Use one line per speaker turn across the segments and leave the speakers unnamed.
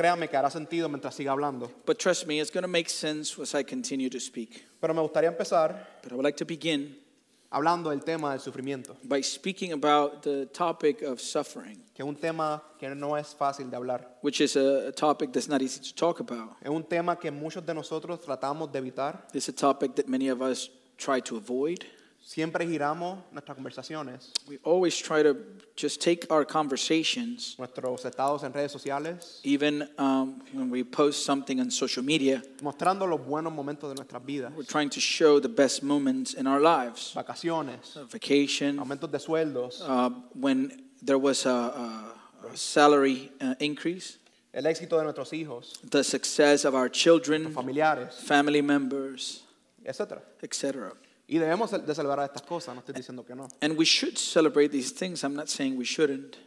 Créame que hará sentido mientras siga hablando.
But trust me, it's going to make sense as I continue to speak.
Pero me gustaría empezar
But I would like to begin
hablando del tema del sufrimiento,
by speaking about the topic of suffering,
que es un tema que no es fácil de hablar.
which is a, a topic that's not easy to talk about.
Es un tema que muchos de nosotros tratamos de evitar.
It's a topic that many of us try to avoid.
Siempre giramos nuestras conversaciones,
We always try to just take our conversations,
nuestros estados en redes sociales,
even um, when we post something on social media,
mostrando los buenos momentos de nuestras vidas.
we're trying to show the best moments in our lives.
Vacaciones,
A vacation,
aumentos de sueldos,
uh, when there was a, a a salary uh, increase,
el éxito de nuestros hijos,
the success of our children,
familiares,
family members,
etc.
etc.
Y debemos de celebrar estas cosas, no estoy diciendo que no.
And we should celebrate these things. I'm not saying we shouldn't.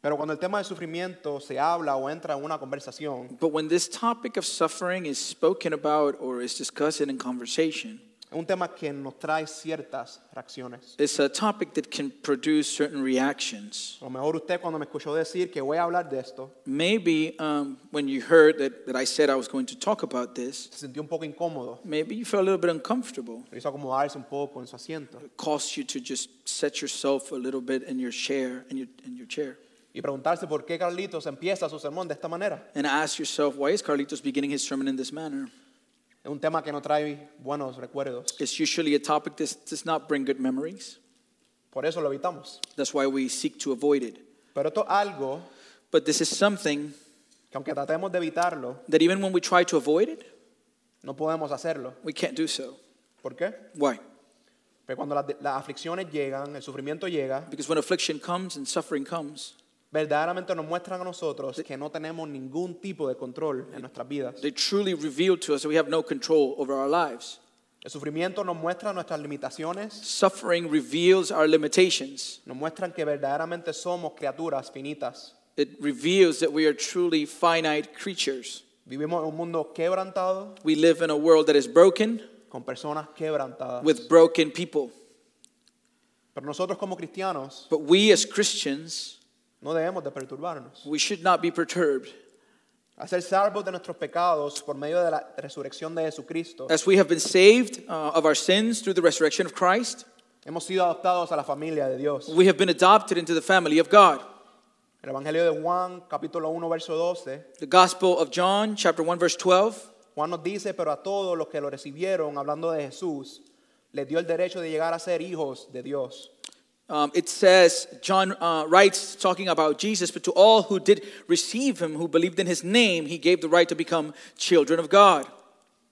Pero cuando el tema del sufrimiento se habla o entra en una conversación,
But when this topic of suffering is spoken about or is discussed in conversation,
es un tema que nos trae ciertas reacciones.
it's a topic that can produce certain reactions.
A lo mejor usted cuando me escuchó decir que voy a hablar de esto,
Maybe um, when you heard that, that I said I was going to talk about this,
se sintió un poco incómodo.
maybe you felt a little bit uncomfortable.
Lo hizo acomodarse un poco en su asiento
It caused you to just set yourself a little bit in your chair, in your, in your chair,
y preguntarse por qué Carlitos empieza su sermón de esta manera.
and ask yourself, why is Carlitos beginning his sermon in this manner?
Es un tema que no trae buenos recuerdos.
It's usually a topic that does not bring good memories.
Por eso lo evitamos.
That's why we seek to avoid it.
Pero esto es algo
But this is something
que aunque tratemos de evitarlo,
that even when we try to avoid it,
no podemos hacerlo.
we can't do so.
¿Por qué?
Why?
Porque cuando las, las aflicciones llegan, el sufrimiento llega,
Because when affliction comes and suffering comes,
verdaderamente nos muestran a nosotros que no tenemos ningún tipo de control en nuestras vidas.
they truly reveal to us that we have no control over our lives.
El sufrimiento nos muestra nuestras limitaciones,
Suffering reveals our limitations.
nos muestran que verdaderamente somos criaturas finitas.
It reveals that we are truly finite creatures.
Vivimos en un mundo quebrantado
We live in a world that is broken
con personas quebrantadas.
with broken people.
Pero nosotros como cristianos
But we as Christians,
no debemos de perturbarnos.
we should not be perturbed.
Hacer salvos de nuestros pecados por medio de la resurrección de Jesucristo.
As we have been saved uh, of our sins through the resurrection of Christ,
Hemos sido adoptados a la familia de Dios.
we have been adopted into the family of God.
El Evangelio de Juan, capítulo 1, verso 12.
The Gospel of John, chapter 1, verse 12.
Juan nos dice, pero a todos los que lo recibieron, hablando de Jesús, les dio el derecho de llegar a ser hijos de Dios.
Um, it says, John uh, writes, talking about Jesus, but to all who did receive him, who believed in his name, he gave the right to become children of God.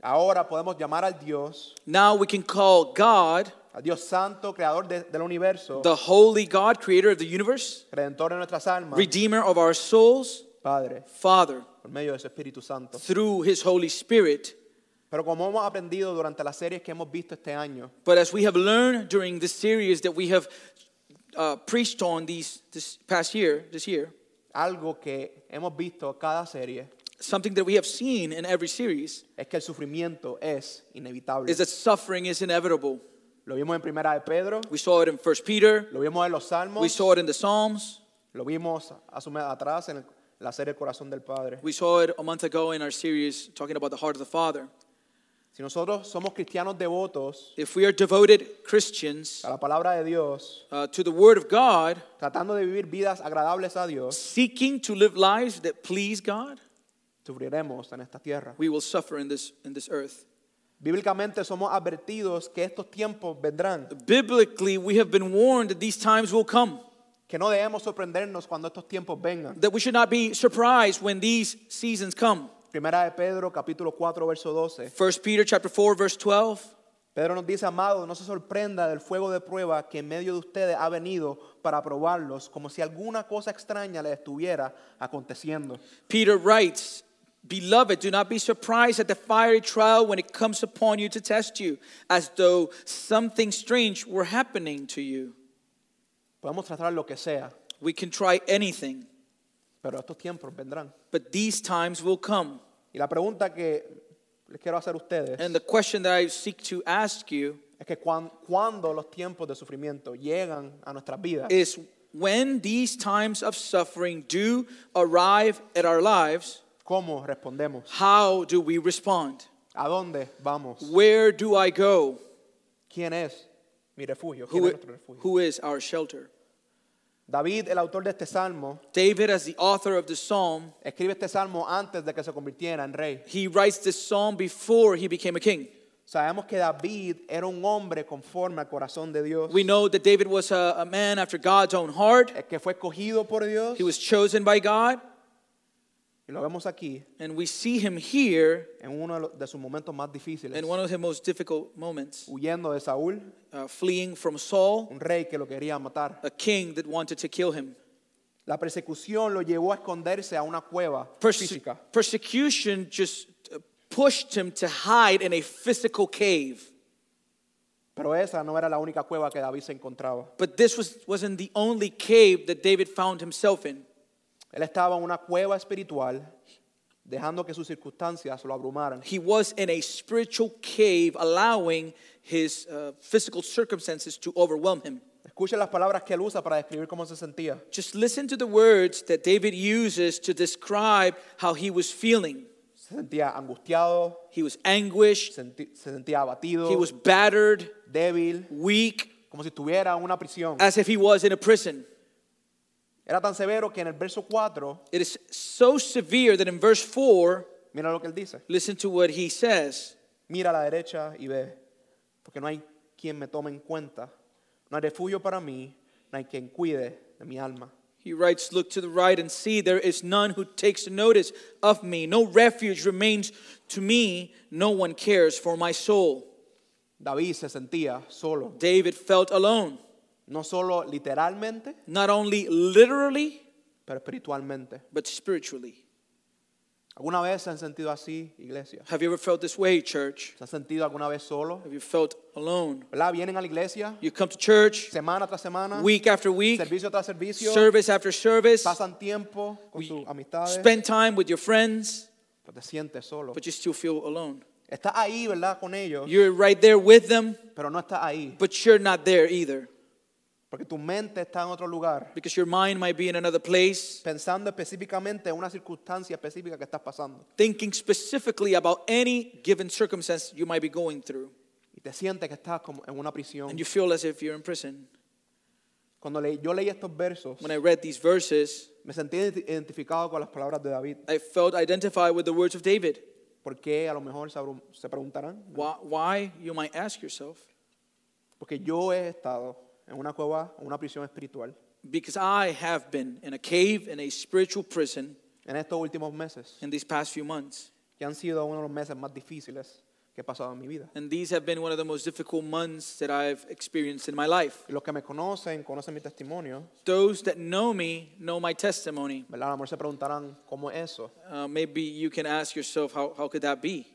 Ahora podemos llamar al Dios,
Now we can call God
al Dios Santo, Creador de- del universo,
the holy God, creator of the universe,
Redentor de nuestras almas,
redeemer of our souls,
Padre,
Father,
por medio de su Espíritu Santo.
through his Holy Spirit.
Pero como hemos aprendido durante las series que hemos visto este año,
But as we have learned during this series that we have uh, preached on these, this past year, this year,
algo que hemos visto cada serie
something that we have seen in every series
es que el sufrimiento es inevitable.
is that suffering is inevitable.
Lo vimos en Primera de Pedro,
We saw it in First Peter.
lo vimos en los
We
Salmos,
saw it in the Psalms.
lo vimos hace un mes atrás en el- la serie El Corazón del Padre.
We saw it a month ago in our series talking about the heart of the Father.
Si nosotros somos cristianos devotos
If we are devoted Christians
a la palabra de Dios,
uh, to the Word of God,
tratando de vivir vidas agradables a Dios,
seeking to live lives that please God,
sufriremos en esta tierra.
we will suffer in this, in this earth.
Bíblicamente somos advertidos que estos tiempos vendrán,
Biblically, we have been warned that these times will come,
que no debemos sorprendernos cuando estos tiempos vengan.
that we should not be surprised when these seasons come.
Primera de Pedro, capítulo 4, verso 12.
First Peter chapter 4 verse 12.
Pedro nos dice, amados, no se sorprenda del fuego de prueba que en medio de ustedes ha venido para probarlos, como si alguna cosa extraña les estuviera aconteciendo.
Peter writes, Beloved, do not be surprised at the fiery trial when it comes upon you to test you, as though something strange were happening to you.
Podemos tratar lo que sea,
We can try anything,
pero estos tiempos vendrán.
but these times will come.
Y la pregunta que les quiero hacer a ustedes
And the question that I seek to ask you
es que cuan- cuando los tiempos de sufrimiento llegan a nuestras vidas,
is when these times of suffering do arrive at our lives,
¿Cómo respondemos?
How do we respond?
¿A dónde vamos?
Where do I go?
¿Quién es mi refugio? ¿Quién
Who,
es nuestro refugio?
who is our shelter?
David, el autor de este salmo,
David, as the author of the psalm,
escribe este salmo antes de que se convirtiera en rey.
he writes this psalm before he became a king.
Sabemos que David era un hombre conforme al corazón de Dios,
We know that David was a, a man after God's own heart.
el que fue escogido por Dios.
He was chosen by God,
Y lo vemos aquí
and we see him here
en uno de los- de sus momentos más difíciles,
in one of his most difficult moments,
huyendo de Saúl,
uh, fleeing from Saul,
un rey que lo quería matar.
a king that wanted to kill him.
La persecución lo llevó a esconderse a una cueva
Perse-
física.
persecution just uh, pushed him to hide in a physical cave.
Pero esa no era la única cueva que David se encontraba.
But this was, wasn't the only cave that David found himself in.
Él estaba en una cueva espiritual, dejando que sus circunstancias lo abrumaran.
He was in a spiritual cave, allowing his uh, physical circumstances to overwhelm him.
Escuchen las palabras que él usa para describir cómo se sentía.
Just listen to the words that David uses to describe how he was feeling.
Se sentía angustiado,
He was anguished,
senti- se sentía abatido,
he was battered,
débil,
weak,
como si estuviera en una prisión.
as if he was in a prison.
Era tan severo que en el verso 4,
It is so severe that in verse 4,
mira lo que él dice,
listen to what he says.
mira a la derecha y ve, porque no hay quien me tome en cuenta, no hay refugio para mí, no hay quien cuide de mi alma.
He writes, Look to the right and see, there is none who takes notice of me. No refuge remains to me. No one cares for my soul.
David se sentía solo,
David felt alone,
no solo literalmente,
not only literally,
pero espiritualmente.
but spiritually.
¿Alguna vez se han sentido así, iglesia?
Have you ever felt this way, church?
¿Se han sentido alguna vez solo?
Have you felt alone?
¿Verdad? Vienen a la iglesia
You come to church
semana tras semana,
week after week,
servicio tras servicio,
service after service,
pasan tiempo con
We
sus amistades,
spend Pues time with your friends,
pero te sientes solo.
but you still feel alone.
Estás ahí, ¿verdad? Con ellos,
You're right there with them,
pero no estás ahí,
but you're not there either
porque tu mente está en otro lugar,
because your mind might be in another place.
pensando específicamente en una circunstancia específica que estás pasando
thinking specifically about any given circumstance you might be going through.
y te sientes que estás como en una prisión.
And you feel as if you're in prison.
Cuando leí- yo leí estos versos,
When I read these verses,
me sentí identi- identificado con las palabras de David,
I felt identified with the words of David.
porque a lo mejor se abrum- se preguntarán,
Why, why you might ask yourself?
Porque yo he estado en una cueva, en una prisión espiritual,
Because I have been in a cave in a spiritual prison
en estos últimos meses,
in these past few months.
que han sido uno de los meses más difíciles que he pasado en mi vida.
And these have been one of the most difficult months that I've experienced in my life.
Y los que me conocen, conocen mi testimonio,
Those that know me know my testimony.
¿verdad? A lo mejor se preguntarán cómo es eso,
Uh, maybe you can ask yourself, how, how could that be?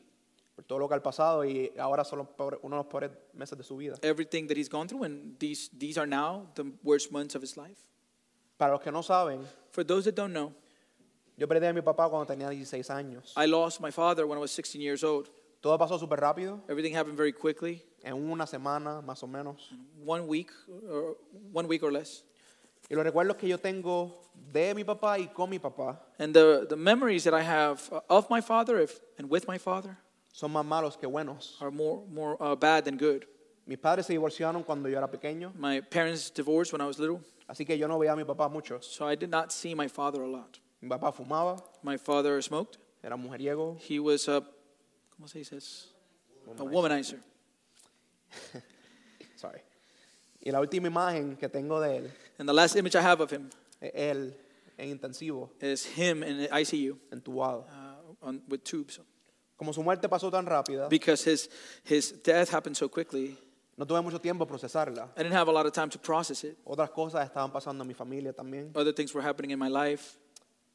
por todo lo que ha pasado y ahora son los peores- uno de los peores meses de su vida.
everything that he's gone through, and these, these are now the worst months of his life.
Para los que no saben,
For those that don't know,
yo perdí a mi papá cuando tenía 16 años.
I lost my father when I was 16 years old.
Todo pasó súper rápido,
Everything happened very quickly,
en una semana más o menos.
one week or one week or less.
Y los recuerdos que yo tengo de mi papá y con mi papá
And the, the memories that I have of my father if, and with my father
son más malos que buenos.
are more, more uh, bad than good.
Mis padres se divorciaron cuando yo era pequeño.
My parents divorced when I was little,
Así que yo no veía a mi papá mucho.
so I did not see my father a lot.
Mi papá fumaba,
My father smoked.
era mujeriego,
He was a, ¿cómo se dice? eso? A womanizer.
sorry. Y la última imagen que tengo de él
And the last image I have of him
es él en intensivo,
is him in the ICU.
entubado.
uh, on, with tubes
Como su muerte pasó tan rápida,
because his his death happened so quickly.
no tuve mucho tiempo a procesarla.
I didn't have a lot of time to process it.
Otras cosas estaban pasando en mi familia también.
Other things were happening in my life,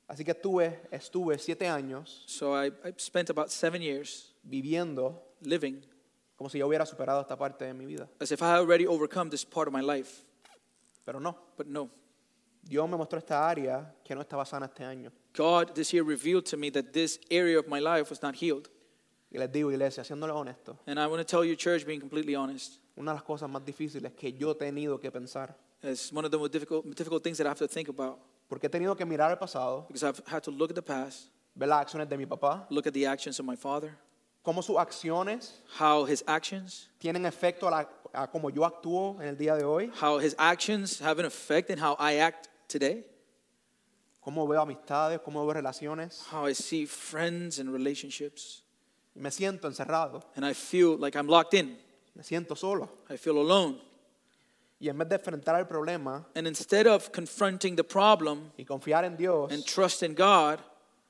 Así que estuve, estuve siete años
so I, I spent about seven years
viviendo
living
como si yo hubiera superado esta parte de mi vida.
as if I had already overcome this part of my life.
Pero no,
But no,
Dios me mostró esta área que no estaba sana este año.
God this year revealed to me that this area of my life was not healed.
Y les digo, iglesia, siéndolo honesto,
And I want to tell you, church, being completely honest,
una de las cosas más difíciles que yo he tenido que pensar
is one of the most difficult difficult things that I have to think about
Porque he tenido que mirar al pasado
because I've had to look at the past
Ve las acciones de mi papá,
Look at the actions of my father,
cómo sus acciones
how his actions,
tienen efecto a, la- a cómo yo actúo en el día de hoy,
how his actions have an effect in how I act today,
cómo veo amistades, cómo veo relaciones.
how I see friends and relationships,
Me siento encerrado,
and I feel like I'm locked in.
me siento solo.
I feel alone.
Y en vez de enfrentar el problema
And instead of confronting the problem
y confiar en Dios,
and trust in God,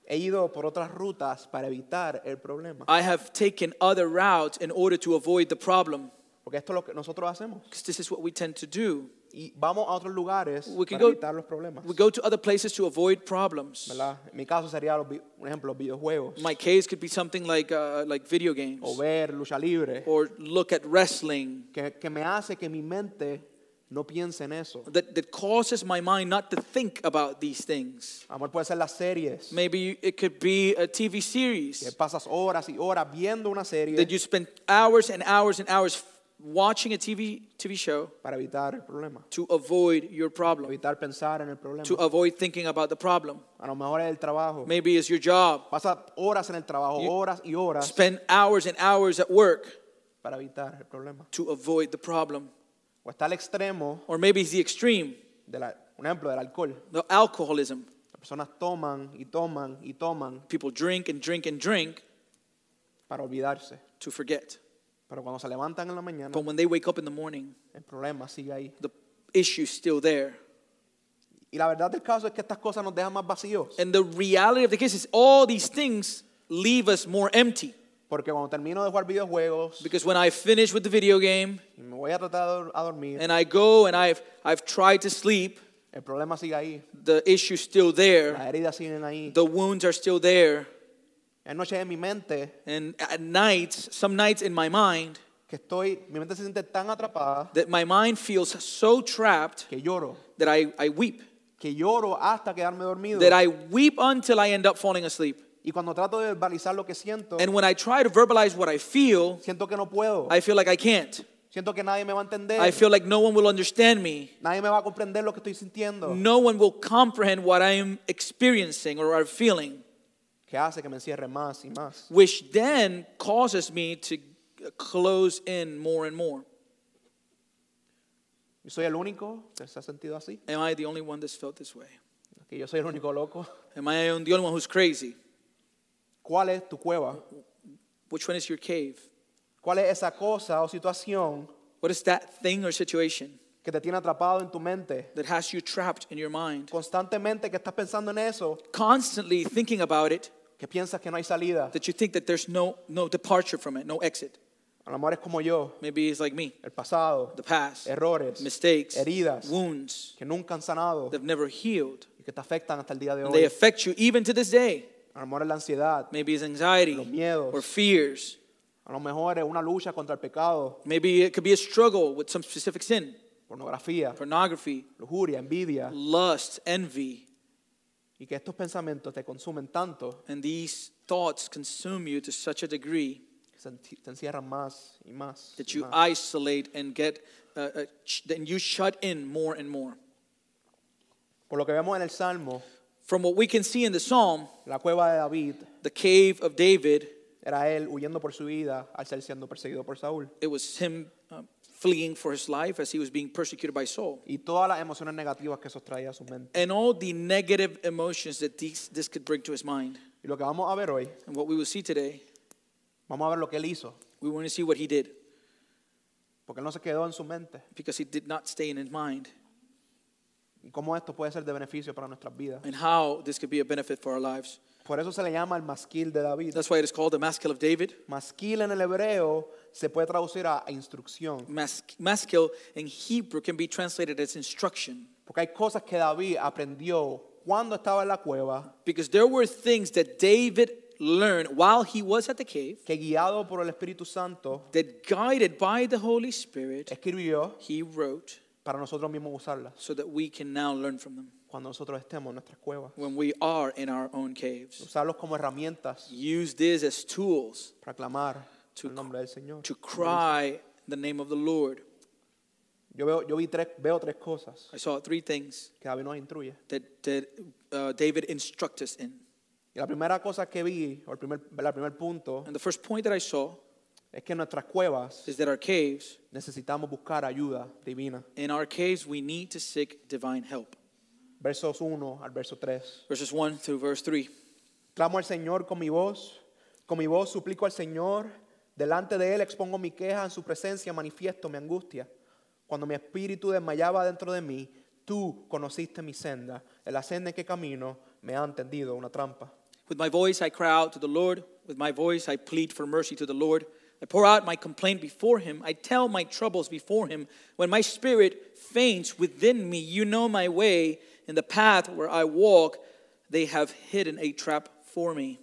he ido por otras rutas para evitar el problema.
I have taken other routes in order to avoid the problem.
Porque esto es lo que nosotros hacemos.
Because this is what we tend to do.
Y vamos a otros lugares
We
para
can go-
evitar los problemas.
We go to other places to avoid problems.
¿verdad? En mi caso sería, los vi- un ejemplo, los videojuegos.
My case could be something like, uh, like video games
o ver lucha libre,
or look at wrestling
que, que me hace que mi mente no piense en eso.
that, that causes my mind not to think about these things.
Amor puede ser las series,
Maybe it could be a TV
que
series
pasas horas y horas viendo una serie
that you spend hours and hours and hours watching a TV, TV show
para evitar el problema,
to avoid your problem,
evitar pensar en el problema.
to avoid thinking about the problem.
A lo mejor es el trabajo,
Maybe it's your job.
pasas horas en el trabajo,
You-
horas y horas
Spend hours and hours at work
para evitar el problema.
to avoid the problem.
O está al extremo,
Or maybe it's the extreme,
de la- un ejemplo, del alcohol.
the alcoholism.
Las personas toman y toman y toman
People drink and drink and drink
para olvidarse.
to forget.
Pero cuando se levantan en la mañana,
But when they wake up in the morning,
el problema sigue ahí.
the issue's still there.
Y la verdad del caso es que estas cosas nos dejan más vacíos.
And the reality of the case is all these things leave us more empty.
Porque cuando termino de jugar videojuegos
Because when I finish with the video game
y me voy a tratar de dor- a dormir,
and I go and I've, I've tried to sleep,
el problema sigue ahí,
the issue's still there.
las heridas siguen ahí.
The wounds are still there.
Es noche en mi mente
And at nights, some nights in my mind,
que estoy, mi mente se siente tan atrapada
that my mind feels so trapped
que lloro,
that I, I weep.
que lloro hasta quedarme dormido.
That I weep until I end up falling asleep.
Y cuando trato de verbalizar lo que siento,
And when I try to verbalize what I feel,
siento que no puedo,
I feel like I can't.
siento que nadie me va a entender,
I feel like no one will understand me.
nadie me va a comprender lo que estoy sintiendo,
No one will comprehend what I am experiencing or are feeling,
que hace que me encierre más y más.
which then causes me to close in more and more.
Yo soy el único que se ha sentido así,
Am I the only one that's felt this way?
que yo soy el único loco.
Am I the only one who's crazy?
¿Cuál es tu cueva?
Which one is your cave?
¿Cuál es esa cosa o situación
What is that thing or situation
que te tiene atrapado en tu mente?
that has you trapped in your mind?
constantemente que estás pensando en eso,
Constantly thinking about it,
que piensas que no hay salida.
that you think that there's no, no departure from it, no exit.
A lo mejor es como yo,
Maybe it's like me,
el pasado,
the past,
errores,
mistakes,
heridas
wounds
que nunca han sanado
that have never healed.
y que te afectan hasta el día de
And they
hoy.
affect you even to this day.
A lo mejor es la ansiedad,
Maybe it's anxiety
Los miedos.
or fears.
a lo mejor es una lucha contra el pecado,
Maybe it could be a struggle with some specific sin,
pornografía,
pornography,
lujuria, envidia,
lust, envy.
y que estos pensamientos te consumen tanto
And these thoughts consume you to such a degree
que se enti- te encierran más y más.
that
y
you
más.
isolate and get, uh, uh, sh- then you shut in more and more.
Por lo que vemos en el Salmo,
From what we can see in the psalm,
la cueva de David
the cave of David,
era él huyendo por su vida al ser siendo perseguido por Saúl.
it was him uh, fleeing for his life as he was being persecuted by Saul.
Y todas las emociones negativas que eso traía a su mente.
And all the negative emotions that these, this could bring to his mind.
Y lo que vamos a ver hoy
And what we will see today,
Vamos a ver lo que él hizo,
we want to see what he did.
porque él no se quedó en su mente
because he did not stay in his mind,
y cómo esto puede ser de beneficio para nuestras vidas.
and how this could be a benefit for our lives.
Por eso se le llama el masquil de David.
That's why it is called the maskil of David.
Masquil en el hebreo se puede traducir a a instrucción,
Mas- Maskil in Hebrew can be translated as instruction,
porque hay cosas que David aprendió cuando estaba en la cueva,
because there were things that David learned while he was at the cave
que guiado por el Espíritu Santo
that, guided by the Holy Spirit,
escribió
he wrote
para nosotros mismos usarlas
so that we can now learn from them
cuando nosotros estemos en nuestras cuevas.
when we are in our own caves.
Usarlos como herramientas
Use this as tools
para clamar
To
el nombre del Señor.
to cry the name of the Lord.
Yo veo, yo vi tres, veo tres cosas
I saw three things
que David nos instruye.
that, that uh, David instructs us in.
Y la primera cosa que vi, o el primer, el primer punto,
And the first point that I saw
es que en nuestras cuevas
is that our caves,
necesitamos buscar ayuda divina.
in our caves, we need to seek divine help.
Versos 1 al verso 3.
Verses 1 through verse 3.
Clamo al Señor con mi voz, con mi voz suplico al Señor, delante de Él expongo mi queja, en su presencia manifiesto mi angustia. Cuando mi espíritu desmayaba dentro de mí, tú conociste mi senda, en la senda en que camino me han tendido una trampa.
With my voice I cry out to the Lord. With my voice I plead for mercy to the Lord. I pour out my complaint before him. I tell my troubles before him. When my spirit faints within me, you know my way. In the path where I walk, they have hidden a trap for me.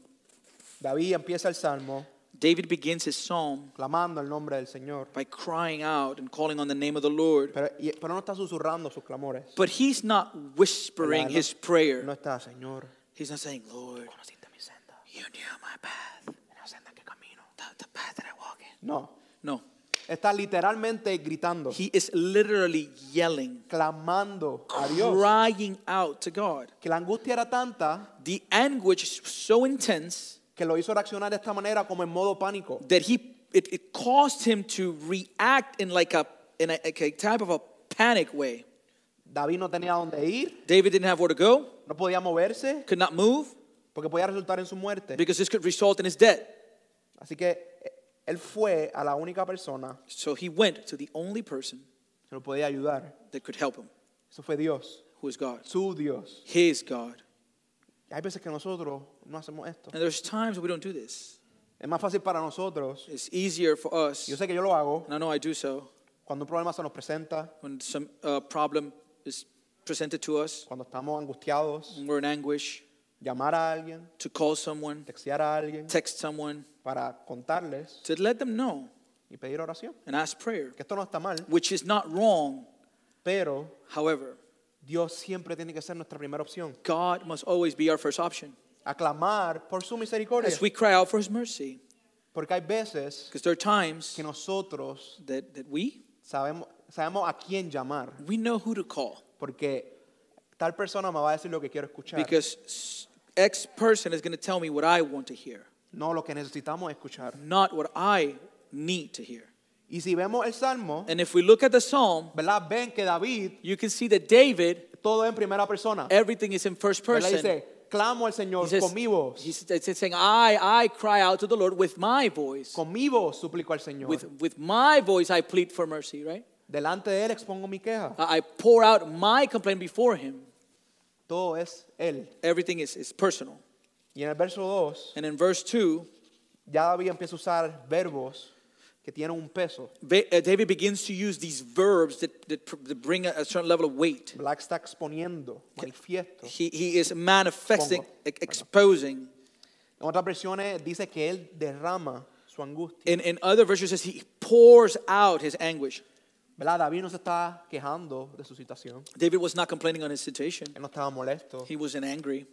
David empieza el salmo
David begins his psalm
clamando el nombre del Señor,
by crying out and calling on the name of the Lord.
pero, y- pero no está susurrando sus clamores.
But he's not
¿verdad?
whispering
No-
his prayer.
No está, Señor,
He's not saying, Lord,
conociste mi senda,
you knew my path,
en la senda que camino.
the, the path that I walk in.
No,
No,
está literalmente gritando,
he is literally yelling.
clamando a Dios.
crying out to God.
Que la angustia era tanta
The anguish is so intense
que lo hizo reaccionar de esta manera como en modo pánico.
that he it, it caused him to react in like a in a, like a type of a panic way.
David no tenía dónde ir,
David didn't have where to go,
no podía moverse
could not move
porque podía resultar en su muerte.
because this could result in his death.
Así que eh, él fue a la única persona
So he went to the only person
que lo podía ayudar.
that could help him,
Eso fue Dios,
who is God.
su Dios.
His God.
Y hay veces que nosotros no hacemos esto.
And there's times we don't do this.
Es más fácil para nosotros,
It's easier for us,
yo sé que yo lo hago,
and I know I do so,
cuando un problema se nos presenta,
when some uh, problem is presented to us,
cuando estamos angustiados,
when we're in anguish,
llamar a alguien,
to call someone,
textear a alguien
text someone
para contarles
to let them know
y pedir oración.
and ask prayer,
Que esto no está mal,
which is not wrong.
pero
However,
Dios siempre tiene que ser nuestra primera opción.
God must always be our first option
Aclamar por su misericordia.
as we cry out for His mercy.
Porque hay veces
Because there are times
que nosotros
that, that we
sabemos, sabemos a quién llamar.
we know who to call
Porque tal persona me va a decir lo que quiero escuchar.
because s- X person is going to tell me what I want to hear,
No lo que necesitamos escuchar.
not what I need to hear.
Y si vemos el Salmo,
And if we look at the psalm,
¿verdad? Ven que David,
you can see that David,
todo en primera persona.
everything is in first
Él le
person.
dice, clamo al Señor
He says,
con mi voz.
he's, it's saying, I, I cry out to the Lord with my voice.
Con mi voz suplico al Señor.
with, with my voice I plead for mercy, right?
Delante de Él expongo mi queja.
I I pour out my complaint before him.
Todo es Él.
Everything is, is personal.
Y en el verso 2,
And in verse 2,
ya David empieza a usar verbos que tienen un peso.
Ba- uh, David begins to use these verbs that, that, pr- that bring a, a certain level of weight.
Black está exponiendo, manifiesto.
He, he is manifesting,
Pongo.
e- exposing.
En otras versiones dice que él derrama su angustia.
In, in other versions, it says he pours out his anguish.
¿Verdad? David no se está quejando de su situación.
David was not complaining on his situation,
Él no estaba molesto.
he wasn't angry.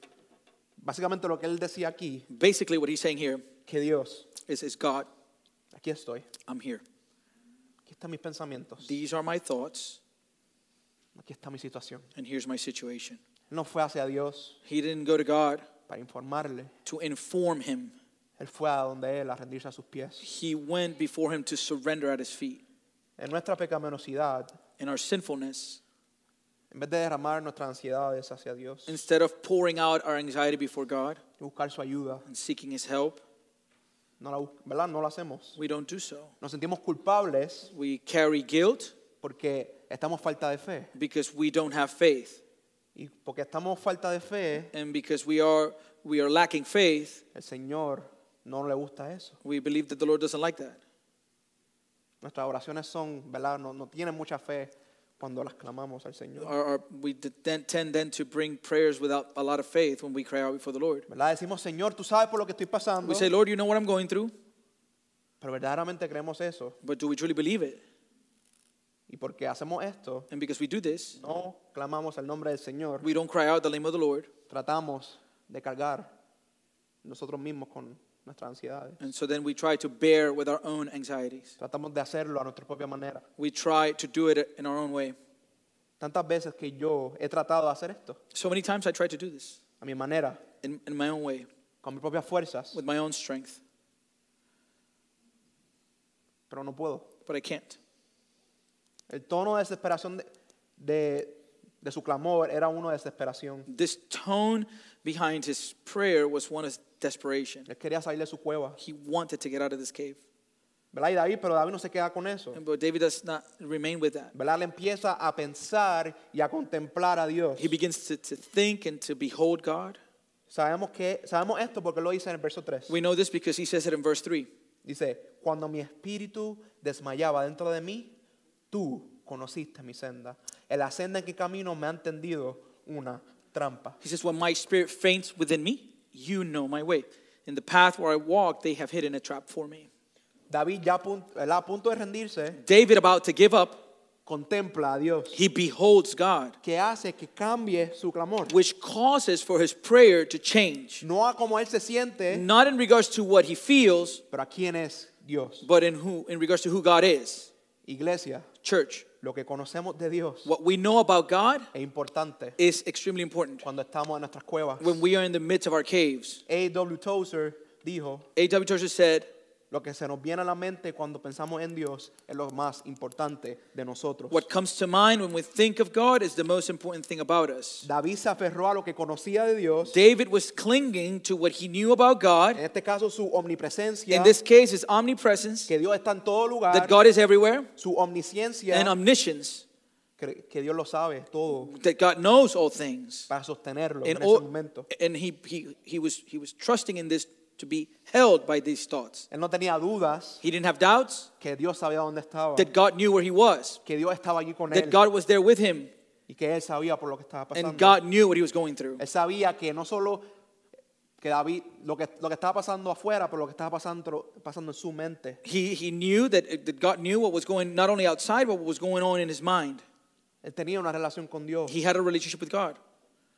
Básicamente lo que él decía aquí,
Basically, what he's saying here
que Dios,
is, is God,
aquí estoy.
I'm here.
Aquí están mis pensamientos.
These are my thoughts,
Aquí está mi situación.
and here's my situation.
Él no fue hacia Dios
He didn't go to God
para informarle.
to inform him.
Él fue a donde él, a rendirse a sus pies.
He went before him to surrender at his feet.
En nuestra pecaminosidad,
In our sinfulness,
en vez de derramar nuestras ansiedades hacia Dios
instead of pouring out our anxiety before God
y buscar su ayuda,
and seeking his help,
no la, bus- ¿verdad? No lo hacemos.
we don't do so.
Nos sentimos culpables
We carry guilt
porque estamos falta de fe.
because we don't have faith.
Y porque estamos falta de fe,
And because we are we are lacking faith,
el Señor no le gusta eso.
we believe that the Lord doesn't like that.
Nuestras oraciones son, ¿verdad? No, no tienen mucha fe cuando las clamamos al Señor.
Our, our, we d- then, tend then to bring prayers without a lot of faith when we cry out before the Lord.
¿Verdad? Decimos, Señor, tú sabes por lo que estoy pasando.
We say, Lord, you know what I'm going through,
Pero verdaderamente creemos eso.
but do we truly believe it?
Y porque hacemos esto,
And because we do this,
no clamamos el nombre del Señor.
we don't cry out the name of the Lord.
Tratamos de cargar nosotros mismos con nuestras ansiedades.
And so then we try to bear with our own anxieties.
Tratamos de hacerlo a nuestra propia manera.
We try to do it in our own way.
Tantas veces que yo he tratado de hacer esto
So many times I try to do this
a mi manera
in, in my own way.
con mis propias fuerzas,
with my own strength,
pero no puedo.
but I can't.
El tono de desesperación de, de- de su clamor era uno de desesperación.
This tone behind his prayer was one of desperation.
Él quería salir de su cueva.
He wanted to get out of this cave.
¿Verdad? Y David, pero David no se queda con eso.
And- But David does not remain with that.
¿Verdad? Le empieza a pensar y a contemplar a Dios.
He begins to, to think and to behold God.
Sabemos, que, sabemos esto porque lo dice en el verso 3.
We know this because he says it in verse 3.
Dice, cuando mi espíritu desmayaba dentro de mí, tú conociste mi senda. En la senda en que camino me han tendido una trampa.
He says, When my spirit faints within me, you know my way. In the path where I walk, they have hidden a trap for me.
David ya a punto, ¿verdad? a punto de rendirse,
David, about to give up,
contempla a Dios,
he beholds God,
que hace que cambie su clamor.
which causes for his prayer to change.
No a como él se siente,
Not in regards to what he feels,
pero a quién es Dios.
but in who in regards to who God is.
Iglesia,
Church,
lo que conocemos de Dios
what we know about God
es importante
is extremely important.
cuando estamos en nuestras cuevas.
When we are in the midst of our caves,
A.W. Tozer dijo,
A.W. Tozer said,
Lo que se nos viene a la mente cuando pensamos en Dios es lo más importante de nosotros.
What comes to mind when we think of God is the most important thing about us.
David se aferró a lo que conocía de Dios,
David was clinging to what he knew about
en
God.
este caso su omnipresencia,
In this case, his omnipresence,
que Dios está en todo lugar,
that God is everywhere,
su omnisciencia,
and omniscience,
que, que Dios lo sabe todo,
that God knows all things.
para sostenerlo
And,
en ese
all,
momento.
and he, he, he, was, he was trusting in this to be held by these thoughts.
Él no tenía dudas
He didn't have doubts
que Dios sabía dónde estaba,
that God knew where he was,
que Dios estaba allí con
that
él
God was there with him,
y que él sabía por lo que estaba pasando.
and God knew what he was going through.
Él sabía que no solo que David, lo que, lo que estaba pasando afuera, pero lo que estaba pasando, pasando en su mente.
He, he knew that, that God knew what was going not only outside, but what was going on in his mind.
Él tenía una relación con Dios.
He had a relationship with God.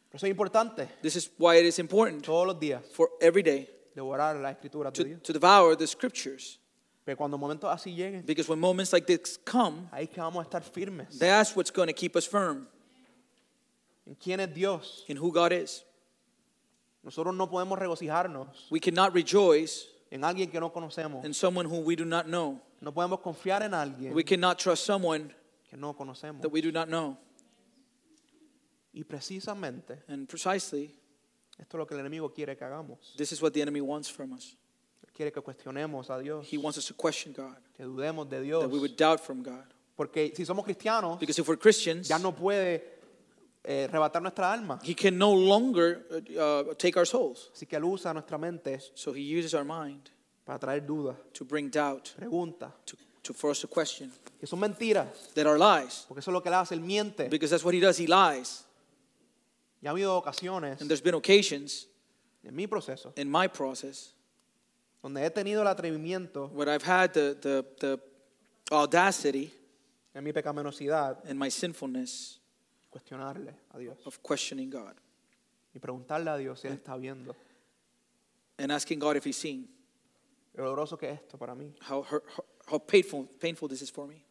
Por eso es importante
This is why it is important
todos los días
for every day
devorar las escrituras de
to,
Dios.
to devour the scriptures.
Pero cuando momentos así lleguen,
Because when moments like this come,
ahí es que vamos a estar firmes.
that's what's going to keep us firm
¿En quién es Dios?
in who God is.
Nosotros no podemos regocijarnos
We cannot rejoice
en alguien que no conocemos.
in someone who we do not know.
No podemos confiar en alguien
We cannot trust someone
que no conocemos.
that we do not know.
Y precisamente
And precisely,
esto es lo que el enemigo quiere que hagamos.
this is what the enemy wants from us.
Él Quiere que cuestionemos a Dios,
He wants us to question God,
que dudemos de Dios.
that we would doubt from God.
Porque si somos cristianos,
Because if we're Christians,
ya no puede eh, arrebatar nuestra alma.
He can no longer uh, uh, take our souls.
Así que Él usa nuestra mente
So He uses our mind
para traer dudas,
to bring doubt,
preguntas,
to, to, for us to question.
que son mentiras.
that are lies.
Porque eso es lo que le hace, él miente.
Because that's what he does, he lies.
Y ha habido ocasiones
And there's been occasions
en mi proceso
in my process
donde he tenido el atrevimiento
where I've had the, the, the audacity
en mi pecaminosidad
and my sinfulness
cuestionarle a Dios
of questioning God
y preguntarle a Dios si Él está viendo.
and asking God if he's seeing
Lo doloroso que es esto para mí.
how, how, how painful, painful this is for me.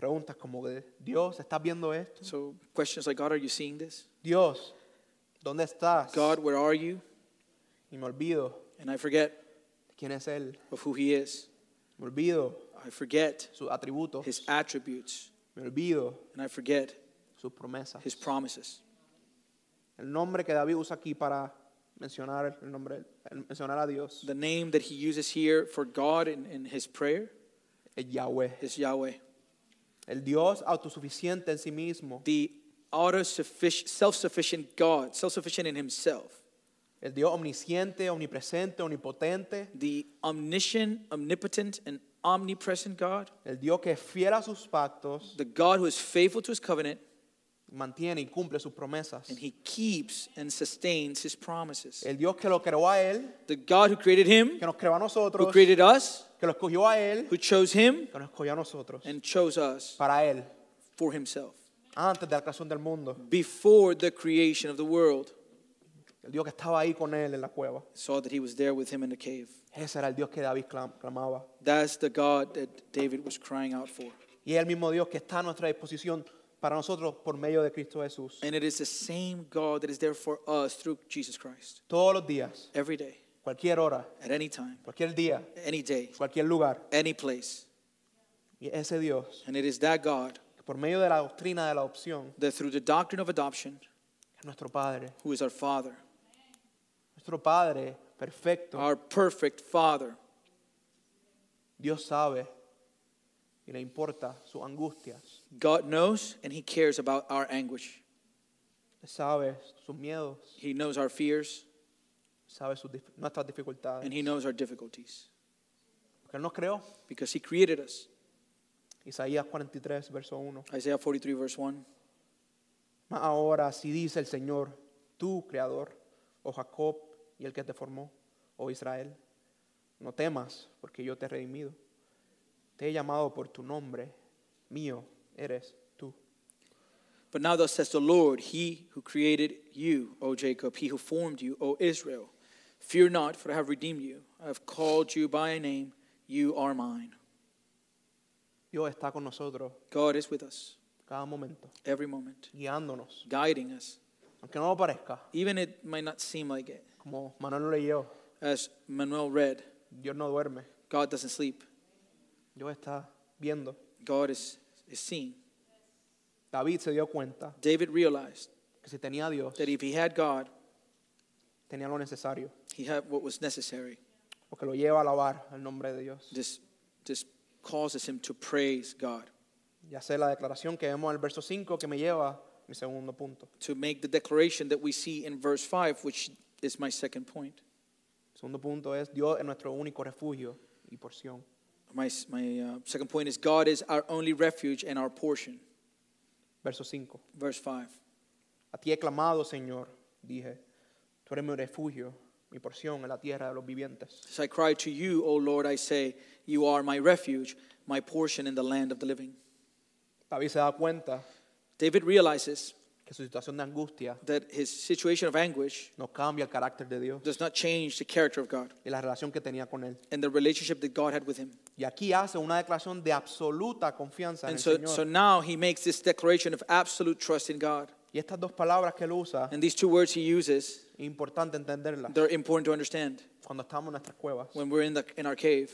Preguntas como que, Dios, ¿estás viendo esto?
So questions like, God, are you seeing this?
Dios, ¿dónde estás?
God, where are you?
Y me olvido
And I forget
de quién es Él.
of who he is.
Me olvido
I forget
sus atributos.
his attributes.
Me olvido
And I forget
sus promesas.
his promises.
El nombre que David usa aquí para mencionar el nombre, el mencionar a Dios
The name that he uses here for God in, in his prayer
es Yahweh.
is Yahweh.
El Dios autosuficiente en sí mismo.
the auto self-sufficient God, self-sufficient in himself,
El Dios omnisciente, omnipresente, omnipotente.
the omniscient, omnipotent, and omnipresent God,
El Dios que es fiel a sus pactos,
the God who is faithful to his covenant,
mantiene y cumple sus promesas.
and he keeps and sustains his promises.
El Dios que lo creó a Él,
The God who created him,
que nos creó a
who
nosotros, que
created us,
lo escogió a Él,
who chose him,
que nos escogió a nosotros.
and chose us
Para Él,
for himself
antes de la creación del mundo.
before the creation of the world.
El Dios que estaba ahí con Él en la cueva.
Saw that he was there with him in the cave.
Ese era el Dios que David clam- clamaba.
That's the God that David was crying out for.
Y es el mismo Dios que está a nuestra disposición para nosotros por medio de Cristo Jesús.
And it is the same God that is there for us through Jesus Christ
Todos los días,
every day,
cualquier hora,
at any time,
cualquier día,
any day,
cualquier lugar.
any place.
Y ese Dios,
And it is that God
que por medio de la doctrina de la adopción,
that through the doctrine of adoption,
es nuestro Padre,
who is our Father,
nuestro Padre perfecto.
our perfect Father,
Dios sabe y le importa sus angustias,
God knows and He cares about our anguish.
le sabe sus miedos,
He knows our fears
sabe sus dif- nuestras dificultades.
and He knows our difficulties
Porque Él nos creó.
because He created us.
Isaías 43, verso 1.
Isaiah 43, verse 1.
Mas ahora si dice el Señor, tu creador, o Jacob y el que te formó, o Israel, no temas, porque yo te he redimido. Te he llamado por tu nombre, mío eres tú.
But now thus says the Lord, He who created you, O Jacob, He who formed you, O Israel. Fear not, for I have redeemed you. I have called you by name. You are mine.
Dios está con nosotros
God is with us
cada momento,
every moment,
guiándonos,
guiding us.
aunque no lo parezca,
Even it might not seem like it.
como Manuel lo leyó,
As Manuel read,
Dios no duerme,
God doesn't sleep.
Dios está viendo.
God is, is seeing.
David se dio cuenta
David realized
que si tenía a Dios,
that if he had God,
tenía lo necesario,
he had what was necessary.
lo que lo lleva a alabar el nombre de Dios.
This, this causes him to praise God,
Ya sé la declaración que vemos en el verso 5 que me lleva a mi segundo punto.
to make the declaration that we see in verse 5, which is my second point.
El segundo punto es Dios es nuestro único refugio y porción.
My, s- my uh, second point is God is our only refuge and our portion.
Verso 5.
Verse 5.
A ti he clamado, Señor, dije, tú eres mi refugio, mi porción en la tierra de los vivientes.
So I cry to you, O Lord, I say, You are my refuge, my portion in the land of the living.
David se da cuenta
David realizes
que su situación de angustia
that his situation of anguish
no cambia el carácter de Dios
does not change the character of God
y la relación que tenía con él.
and the relationship that God had with him.
Y aquí hace una declaración de absoluta confianza en el
And so,
Señor.
so now he makes this declaration of absolute trust in God.
y estas dos palabras que él usa,
And these two words he uses,
es importante entenderlas
they're important to understand
cuando estamos en nuestras cuevas.
when we're in, the, in our cave.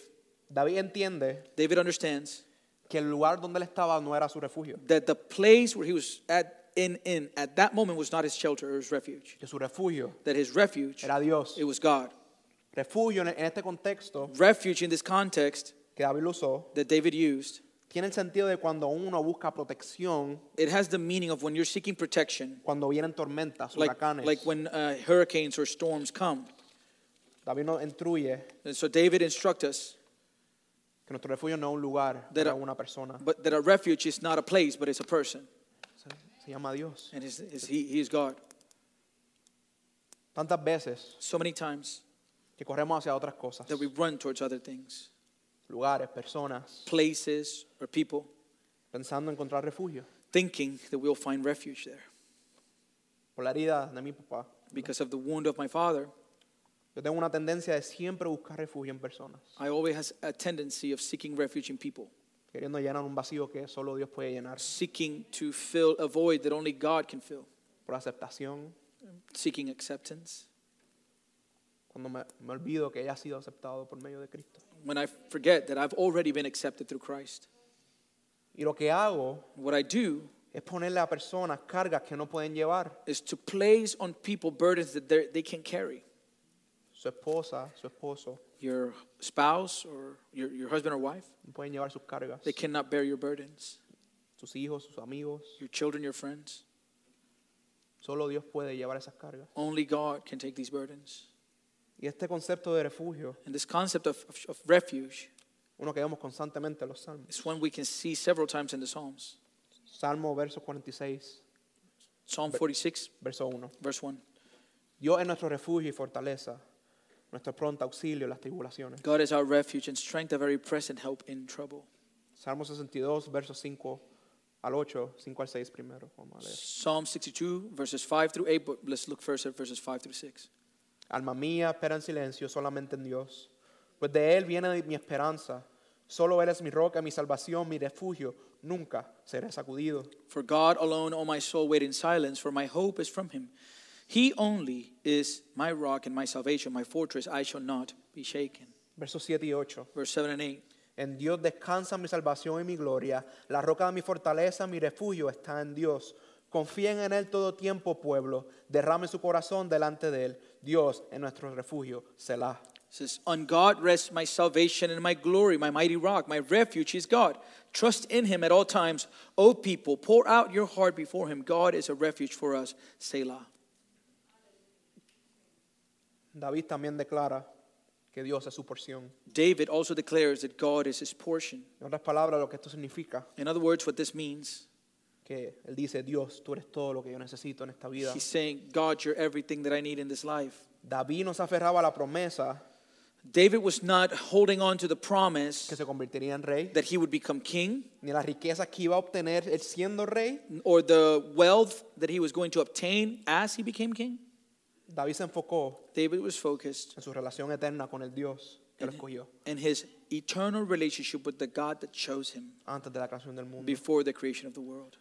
David entiende
David understands
que el lugar donde él estaba no era su refugio,
that the place where he was at, in, in at that moment was not his shelter or his refuge.
que su refugio
That his refuge,
era Dios.
it was God.
Refugio en en este contexto
Refuge in this context
que David lo usó
that David used,
tiene el sentido de cuando uno busca protección
it has the meaning of when you're seeking protection,
cuando vienen tormentas,
like,
huracanes.
like when uh, hurricanes or storms come.
David nos instruye
And so David instructs us
que nuestro refugio no es un lugar,
That
era
a-
una persona.
but that our refuge is not a place, but it's a person.
Se, se llama Dios.
And his, his, he, he is God.
Tantas veces
So many times
que corremos hacia otras cosas,
that we run towards other things,
lugares, personas,
places, or people,
pensando en encontrar refugio
thinking that we'll find refuge there.
por la herida de mi papá.
Because of the wound of my father,
Yo tengo una tendencia de siempre buscar refugio en personas,
I always has a tendency of seeking refuge in people,
queriendo llenar un vacío que solo Dios puede llenar
seeking to fill a void that only God can fill,
por aceptación,
seeking acceptance.
cuando me, me olvido que haya sido aceptado por medio de Cristo.
When I forget that I've already been accepted through Christ,
Y lo que hago
what I do
es ponerle a personas cargas que no pueden llevar.
is to place on people burdens that they're- they can carry.
Su esposa, su esposo,
Your spouse or your, your husband or wife,
no pueden llevar sus cargas.
they cannot bear your burdens.
Sus hijos, sus amigos,
Your children, your friends,
solo Dios puede llevar esas cargas.
only God can take these burdens.
Y este concepto de refugio,
And this concept of, of, of refuge
uno que vemos constantemente en los salmos.
is one we can see several times in the Psalms.
Salmo verso 46,
Psalm 46,
verso 1.
verse 1.
Dios es nuestro refugio y fortaleza, nuestro pronto auxilio en las tribulaciones.
God is our refuge and strength, a very present help in trouble.
Salmo 62, versos 5 al 8, 5 al 6 primero. Vamos a leer.
Psalm 62, verses 5 through 8, but let's look first at verses 5 through 6.
Alma mía, espera en silencio solamente en Dios, pues de Él viene mi esperanza. Solo Él es mi roca, mi salvación, mi refugio. Nunca seré sacudido.
For God alone, O my soul, wait in silence, for my hope is from him. He only is my rock and my salvation, my fortress. I shall not be shaken.
Versos 7 y 8.
Verse 7 and 8.
En Dios descansa mi salvación y mi gloria. La roca de mi fortaleza, mi refugio está en Dios. Confíen en Él todo tiempo, pueblo. Derrame su corazón delante de Él. Dios es nuestro refugio. Selah.
It says, On God rests my salvation and my glory, my mighty rock, my refuge is God. Trust in him at all times. O people, pour out your heart before him. God is a refuge for us. Selah.
David también declara que Dios es su porción.
David also declares that God is his portion.
En otras palabras, lo que esto significa,
In other words, what this means,
que Él dice, Dios, tú eres todo lo que yo necesito en esta vida.
he's saying, God, you're everything that I need in this life.
David no se aferraba a la promesa
David was not holding on to the promise
que se convertiría en rey,
that he would become king
ni las riquezas que iba a obtener él siendo rey.
or the wealth that he was going to obtain as he became king.
David se enfocó
David was focused
en su relación eterna con el Dios que lo escogió
in his eternal relationship with the God that chose him
antes de la creación del mundo.
before the creation of the world.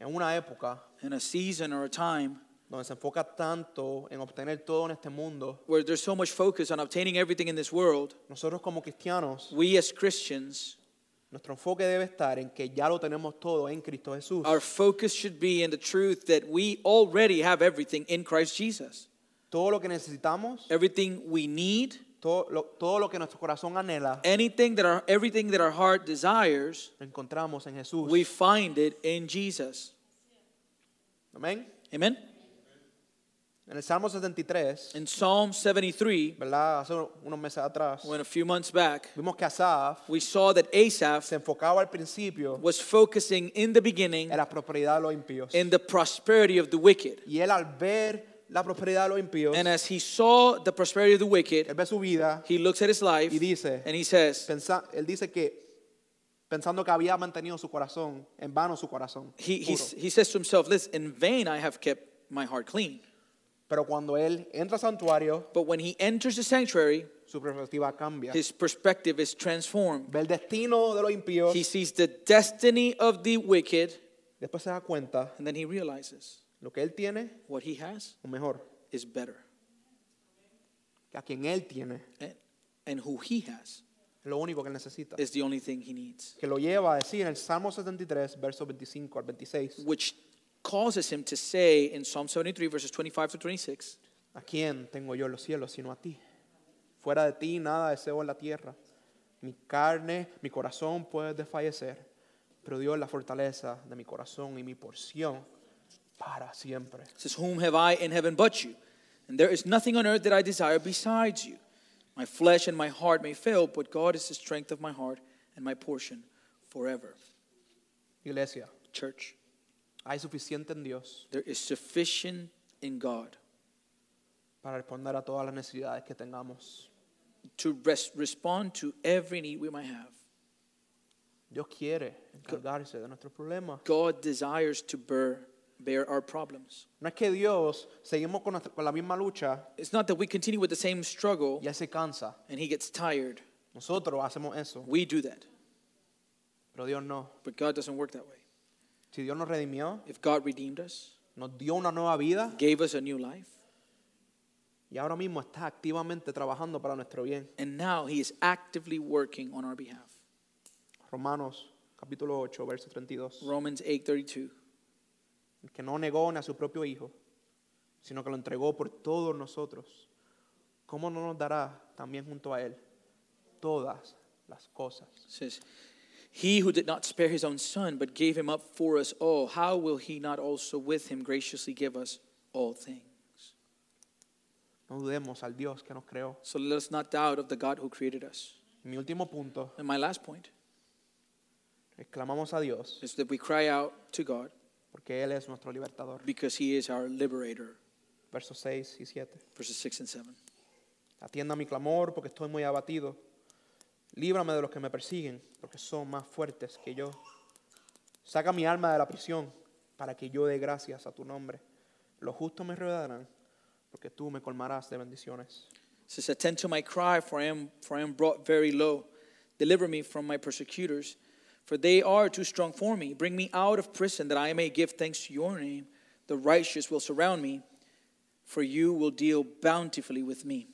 En una época
In a season or a time
donde se enfoca tanto en obtener todo en este mundo,
where there's so much focus on obtaining everything in this world,
nosotros como cristianos,
we as Christians,
nuestro enfoque debe estar en que ya lo tenemos todo en Cristo Jesús.
our focus should be in the truth that we already have everything in Christ Jesus.
Todo lo que necesitamos,
Everything we need,
todo lo, todo lo que nuestro corazón anhela,
anything that our everything that our heart desires,
lo encontramos en Jesús.
we find it in Jesus.
Amén.
Amen.
En el Salmo 73,
In Psalm 73,
¿verdad? Hace unos meses atrás,
when a few months back,
vimos que Asaf
we saw that Asaph
se enfocaba al principio
was focusing in the beginning
en la prosperidad de los impíos.
in the prosperity of the wicked.
Y él al ver la prosperidad de los impíos,
And as he saw the prosperity of the
él
wicked,
ve su vida,
he looks at his life
Y dice,
and he says,
pensa- él dice que pensando que había mantenido su corazón, en vano su corazón.
he, he,
puro.
he says to himself, Listen, in vain I have kept my heart clean.
Pero cuando él entra al santuario,
But when he enters the sanctuary,
su perspectiva cambia.
his perspective is transformed.
Ve el destino de los impíos,
He sees the destiny of the wicked,
después se da cuenta
and then he realizes
lo que él tiene,
what he has
o mejor,
is better.
que a quien él tiene,
And, and who he has
es lo único que él necesita.
is the only thing he needs,
que lo lleva a decir en el Salmo 73, versos 25 al 26,
which causes him to say in Psalm 73, verses 25 to 26,
¿a quién tengo yo en los cielos sino a ti? Fuera de ti nada deseo en la tierra. Mi carne, mi corazón puede desfallecer, pero Dios es la fortaleza de mi corazón y mi porción para siempre.
It says, Whom have I in heaven but you? And there is nothing on earth that I desire besides you. My flesh and my heart may fail, but God is the strength of my heart and my portion forever.
Iglesia,
Church,
hay suficiente en Dios
there is sufficient in God
para responder a todas las necesidades que tengamos.
to res- respond to every need we might have.
Dios quiere encargarse de nuestros problemas.
God desires to bear, bear our problems.
No es que Dios seguimos con, nuestra- con la misma lucha
It's not that we continue with the same struggle
y Él se cansa.
and he gets tired.
Nosotros hacemos eso,
We do that,
pero Dios no.
but God doesn't work that way.
Si Dios nos redimió,
If God redeemed us,
nos dio una nueva vida
gave us a new life,
y ahora mismo está activamente trabajando para nuestro bien.
and now he is actively working on our behalf.
Romanos capítulo 8, verso 32.
Romans 8:32.
El que no negó ni a su propio Hijo, sino que lo entregó por todos nosotros, ¿cómo no nos dará también junto a Él todas las cosas?
says, "He who did not spare his own son but gave him up for us all, how will he not also with him graciously give us all things?"
No dudemos al Dios que nos creó.
So let us not doubt of the God who created us.
Y mi último punto,
And my last point
exclamamos a Dios
is that we cry out to God
porque Él es nuestro libertador.
because he is our liberator.
Versos 6 y 7.
Verses 6 and 7.
Atienda mi clamor porque estoy muy abatido. Líbrame de los que me persiguen porque son más fuertes que yo. Saca mi alma de la prisión para que yo dé gracias a tu nombre. Los justos me rodearán porque tú me colmarás de bendiciones.
It says, Attend to my cry, for I am, for I am brought very low. Deliver me from my persecutors, for they are too strong for me. Bring me out of prison that I may give thanks to your name. The righteous will surround me, for you will deal bountifully with me.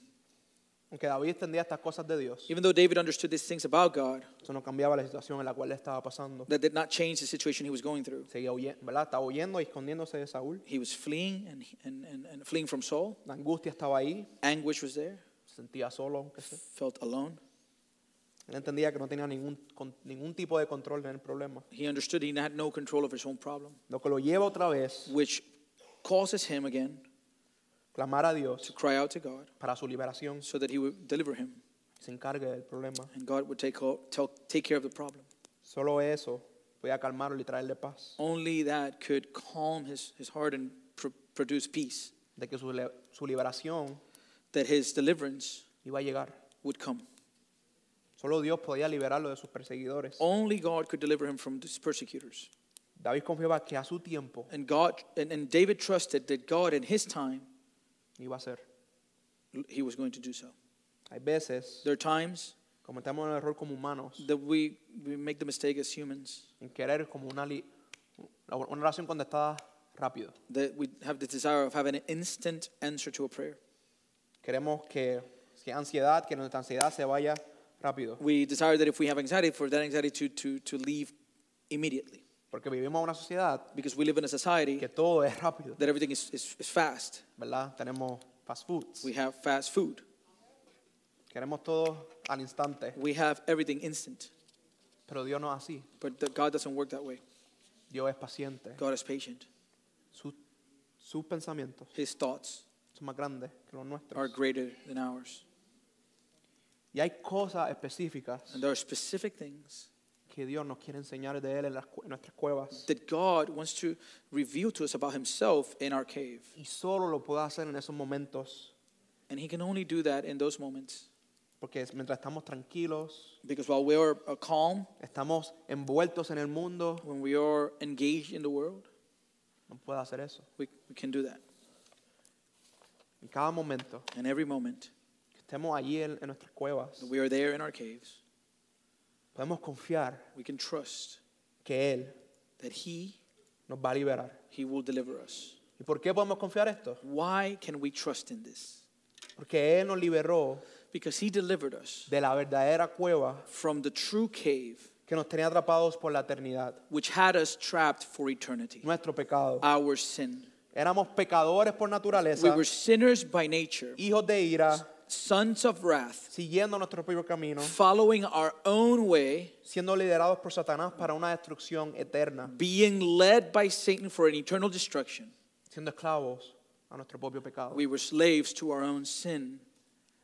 Aunque David entendía estas cosas de Dios,
Even though David understood these things about God,
eso no cambiaba la situación en la cual le estaba pasando.
that did not change the situation he was going through.
Seguía huyendo, ¿verdad? Estaba huyendo y escondiéndose de Saúl.
He was fleeing and, and, and, and fleeing from Saul.
La angustia estaba ahí,
Anguish was there,
se sentía solo, aunque sea.
felt alone.
Él entendía que no tenía ningún, con- ningún tipo de control en el problema.
He understood he had no control of his own problem,
Lo que lo lleva otra vez
which causes him again
a clamar a
to
Dios
cry out to God
para su liberación,
so that he would deliver him
se encargue del problema.
and God would take, o- tel- take care of the problem.
Solo eso podía calmarlo y traerle paz.
Only that could calm his, his heart and pr- produce peace,
De que su, le- su liberación
that his deliverance
iba a llegar.
would come.
Solo Dios podía liberarlo de sus perseguidores.
Only God could deliver him from his persecutors.
David confiaba que a su tiempo
And, God, and, and David trusted that God, in his time,
iba a ser.
he was going to do so.
Hay veces
There are times
cometemos un error como humanos
that we, we make the mistake as humans
en querer como una, li- una oración contestada rápido.
that we have the desire of having an instant answer to a prayer.
Queremos que, que ansiedad, que nuestra ansiedad se vaya rápido.
We desire that if we have anxiety, for that anxiety to, to, to leave immediately.
Porque vivimos en una sociedad
Because we live in a society
que todo es rápido,
that everything is, is, is fast.
¿verdad? Tenemos fast foods.
We have fast food.
Queremos todo al instante,
We have everything instant.
pero Dios no es así.
But that God doesn't work that way.
Dios es paciente.
God is patient.
Sus- sus pensamientos
His thoughts
son más grandes que los
are
nuestros.
greater than ours.
Y hay cosas específicas
And there are specific things
que Dios nos quiere enseñar de Él en, las cu- en nuestras cuevas.
that God wants to reveal to us about Himself in our cave.
Y solo lo puede hacer en esos momentos,
And He can only do that in those moments.
porque es- mientras estamos tranquilos,
Because while we are uh, calm,
estamos envueltos en el mundo,
when we are engaged in the world,
no puede hacer eso.
we, we can do that.
En cada momento
In every moment
que estemos allí en, en nuestras cuevas,
that we are there in our caves,
podemos confiar
we can trust
que Él
that He
nos va a liberar.
He will deliver us.
¿Y por qué podemos confiar esto?
Why can we trust in this?
Porque Él nos liberó
Because He delivered us
de la verdadera cueva
from the true cave,
que nos tenía atrapados por la eternidad,
which had us trapped for eternity.
nuestro pecado.
Our sin.
Éramos pecadores por
Ah. We
naturaleza,
were sinners by nature,
hijos de ira,
sons of wrath,
siguiendo nuestro propio camino,
following our own way,
siendo liderados por Satanás para una destrucción eterna,
being led by Satan for an eternal destruction.
siendo esclavos a nuestro propio pecado.
We were slaves to our own sin.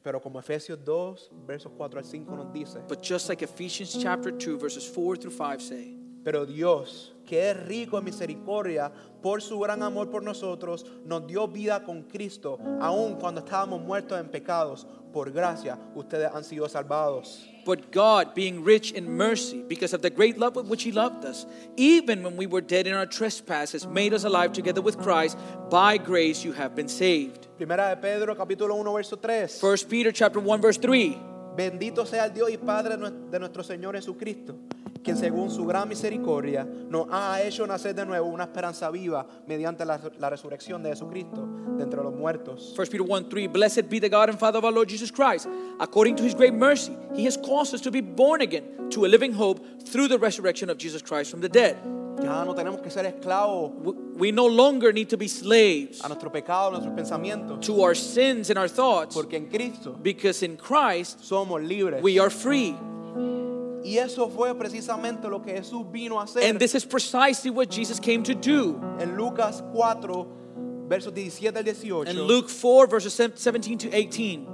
Pero como Efesios 2, versos 4 al 5 nos dice,
But just like Ephesians chapter 2, verses 4 through 5 say,
pero Dios, que es rico en misericordia, por su gran amor por nosotros, nos dio vida con Cristo, aun cuando estábamos muertos en pecados. Por gracia, ustedes han sido salvados.
But God, being rich in mercy, because of the great love with which He loved us, even when we were dead in our trespasses, made us alive together with Christ. By grace you have been saved.
Primera de Pedro, capítulo 1, verso 3.
1 Peter chapter 1, verse 3.
Bendito sea el Dios y Padre nue- de nuestro Señor Jesucristo, quien según su gran misericordia nos ha hecho nacer de nuevo una esperanza viva mediante la, la resurrección de Jesucristo de entre los muertos.
1 Peter 1 3 Blessed be the God and Father of our Lord Jesus Christ. According to his great mercy, he has caused us to be born again to a living hope through the resurrection of Jesus Christ from the dead.
Ya no tenemos que ser esclavos
We we no longer need to be slaves
a nuestro pecado, a nuestros pensamientos,
to our sins and our thoughts
porque en Cristo
because in Christ
somos libres.
we are free.
Y eso fue precisamente lo que Jesús vino a hacer
And this is precisely what Jesus came to do.
en Lucas 4, versos 17 al 18.
And Luke 4, verses 17 to 18.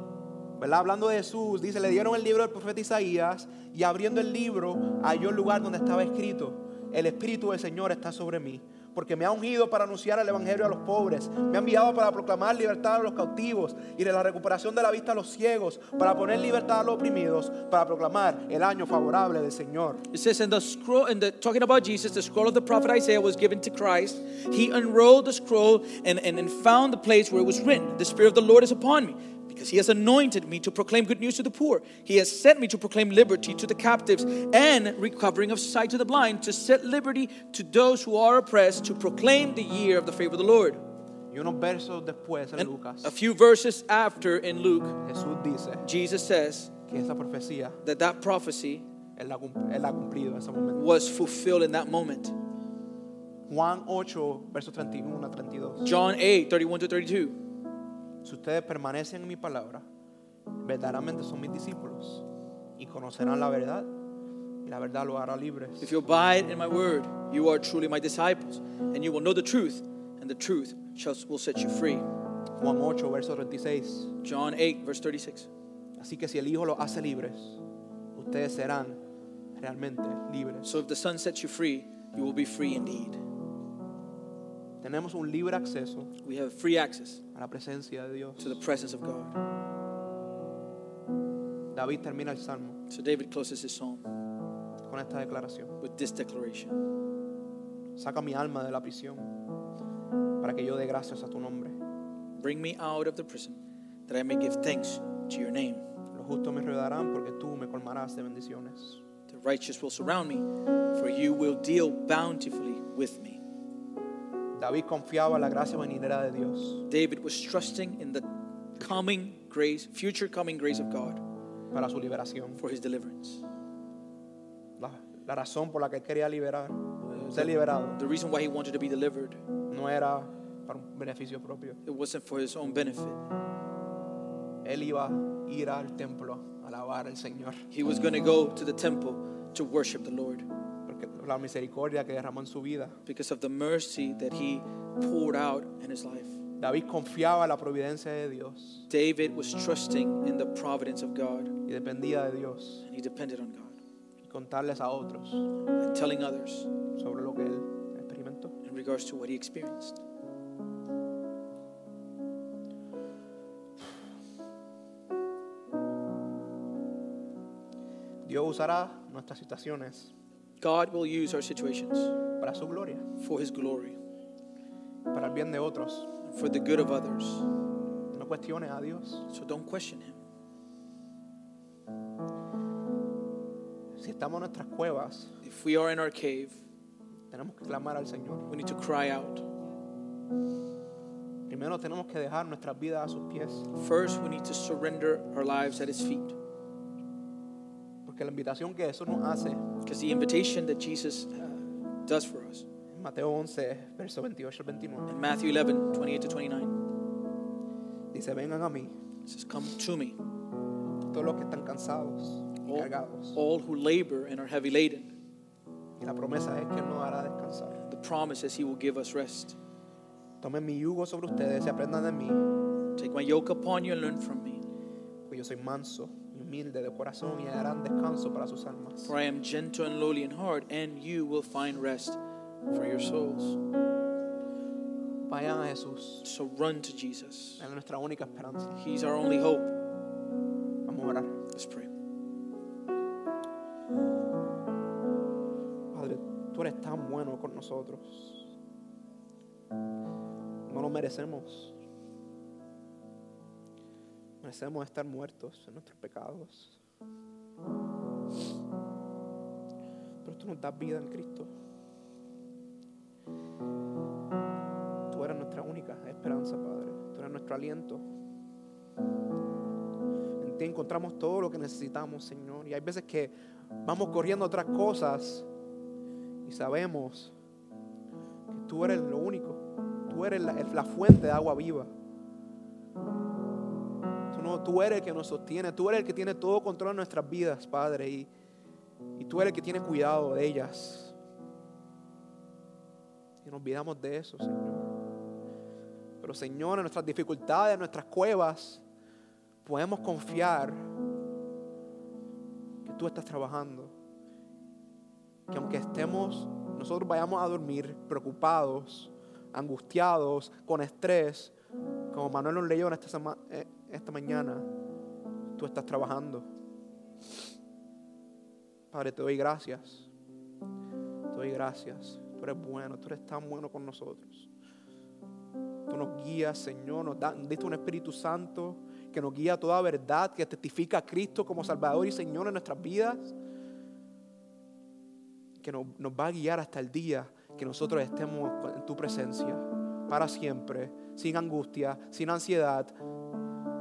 ¿verdad? Hablando de Jesús, dice, le dieron el libro del profeta Isaías y abriendo el libro halló el lugar donde estaba escrito, el Espíritu del Señor está sobre mí, porque me ha ungido para anunciar el Evangelio a los pobres, me ha enviado para proclamar libertad a los cautivos y de la recuperación de la vista a los ciegos, para poner libertad a los oprimidos, para proclamar el año favorable del Señor.
It says, and the scroll, and the talking about Jesus, the scroll of the prophet Isaiah was given to Christ. He unrolled the scroll and, and, and found the place where it was written, The Spirit of the Lord is upon me, Because he has anointed me to proclaim good news to the poor. He has sent me to proclaim liberty to the captives and recovering of sight to the blind, to set liberty to those who are oppressed, to proclaim the year of the favor of the Lord.
Y unos versos después en
And
Lucas,
a few verses after in Luke,
Jesús dice
Jesus says
que esa profecía
that that prophecy
él la, cum- él la ha cumplido en ese momento.
was fulfilled in that moment.
Juan 8, versos 31 a 32.
John 8, 31 to 32.
Si ustedes permanecen en mi palabra, verdaderamente son mis discípulos y conocerán la verdad. Y la verdad los hará libres.
If you abide in my word, you are truly my disciples, and you will know the truth, and the truth shall, will set you free.
Juan 8, verso 36.
John 8, verse 36.
Así que si el Hijo los hace libres, ustedes serán realmente libres.
So if the Son sets you free, you will be free indeed.
Tenemos un libre acceso
We have free access
a la presencia de Dios.
to the presence of God.
David termina el salmo
So David closes his psalm
con esta declaración.
with this declaration
Saca mi alma de la prisión para que yo dé gracias a tu nombre.
Bring me out of the prison, that I may give thanks to your name.
Los justos me rodearán porque tú me colmarás de bendiciones.
The righteous will surround me, for you will deal bountifully with me.
David confiaba en la gracia venidera de Dios
David was trusting in the coming grace, future coming grace of God
para su liberación.
for his deliverance.
La, la razón por la que él quería liberar, ser liberado,
The reason why he wanted to be delivered,
no era para un beneficio propio.
it wasn't for his own benefit.
Él iba a ir al templo a alabar al Señor,
He was going to go to the temple to worship the Lord
porque la misericordia que derramó en su vida.
because of the mercy that he poured out in his life.
David confiaba en la providencia de Dios
David was trusting in the providence of God
y dependía de Dios
and he depended on God
y contarles a otros
and telling others
sobre lo que él experimentó.
in regards to what he experienced.
Dios usará nuestras situaciones
God will use our situations
para su gloria,
for his glory
para el bien de otros.
and for the good of others.
No cuestiones a Dios.
So don't question him.
Si estamos en nuestras cuevas,
If we are in our cave,
tenemos que clamar al Señor.
we need to cry out.
Primero tenemos que dejar nuestras vidas a sus pies,
First, we need to surrender our lives at his feet.
porque la invitación que Jesús nos hace en
Because the invitation that Jesus uh, does for us
Mateo 11, verso 28 al 29,
in Matthew 11, 28 to 29,
dice, vengan a mí,
it says, Come to me,
todos los que están cansados y
all,
cargados.
all who labor and are heavy laden.
Y la promesa es que Él nos hará descansar.
The promise is He will give us rest.
Tomen mi yugo sobre ustedes y aprendan de mí,
Take my yoke upon you and learn from me,
porque yo soy manso y humilde de corazón y harán descanso para sus almas.
for I am gentle and lowly in heart, and you will find rest for your souls.
Vayan a Jesús,
So run to Jesus.
Él es nuestra única esperanza.
He's our only hope.
Vamos a orar.
Let's pray.
Padre, tú eres tan bueno con nosotros. No lo merecemos. Merecemos estar muertos en nuestros pecados. Pero tú nos das vida en Cristo. Tú eres nuestra única esperanza, Padre. Tú eres nuestro aliento. En ti encontramos todo lo que necesitamos, Señor. Y hay veces que vamos corriendo a otras cosas y sabemos que tú eres lo único. Tú eres la, la fuente de agua viva. Tú, no, tú eres el que nos sostiene. Tú eres el que tiene todo control en nuestras vidas, Padre. Y, y tú eres el que tiene cuidado de ellas. Y nos olvidamos de eso, Señor. Pero, Señor, en nuestras dificultades, en nuestras cuevas, podemos confiar que tú estás trabajando que aunque estemos, nosotros vayamos a dormir preocupados, angustiados, con estrés, como Manuel nos leyó en esta, sema- eh, esta mañana, tú estás trabajando. Padre, te doy gracias. Te doy gracias. Tú eres bueno, tú eres tan bueno con nosotros. Tú nos guías, Señor, nos da- diste un Espíritu Santo que nos guía a toda verdad, que testifica a Cristo como Salvador y Señor en nuestras vidas, que nos, nos va a guiar hasta el día que nosotros estemos en tu presencia para siempre, sin angustia, sin ansiedad,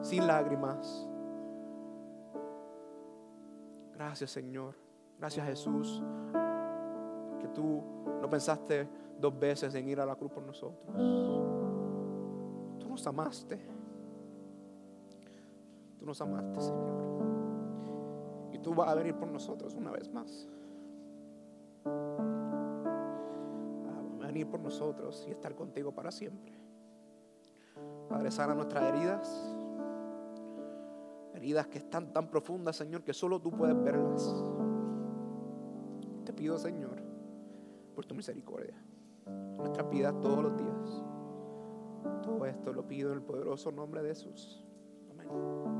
sin lágrimas. Gracias Señor, gracias Jesús, que tú no pensaste dos veces en ir a la cruz por nosotros. Tú nos amaste, tú nos amaste Señor. Y tú vas a venir por nosotros una vez más. Ah, vas a venir por nosotros y estar contigo para siempre. Padre, sana nuestras heridas heridas que están tan profundas, Señor, que solo tú puedes verlas. Te pido, Señor, por tu misericordia, nuestra vida todos los días. Todo esto lo pido en el poderoso nombre de Jesús. Amén.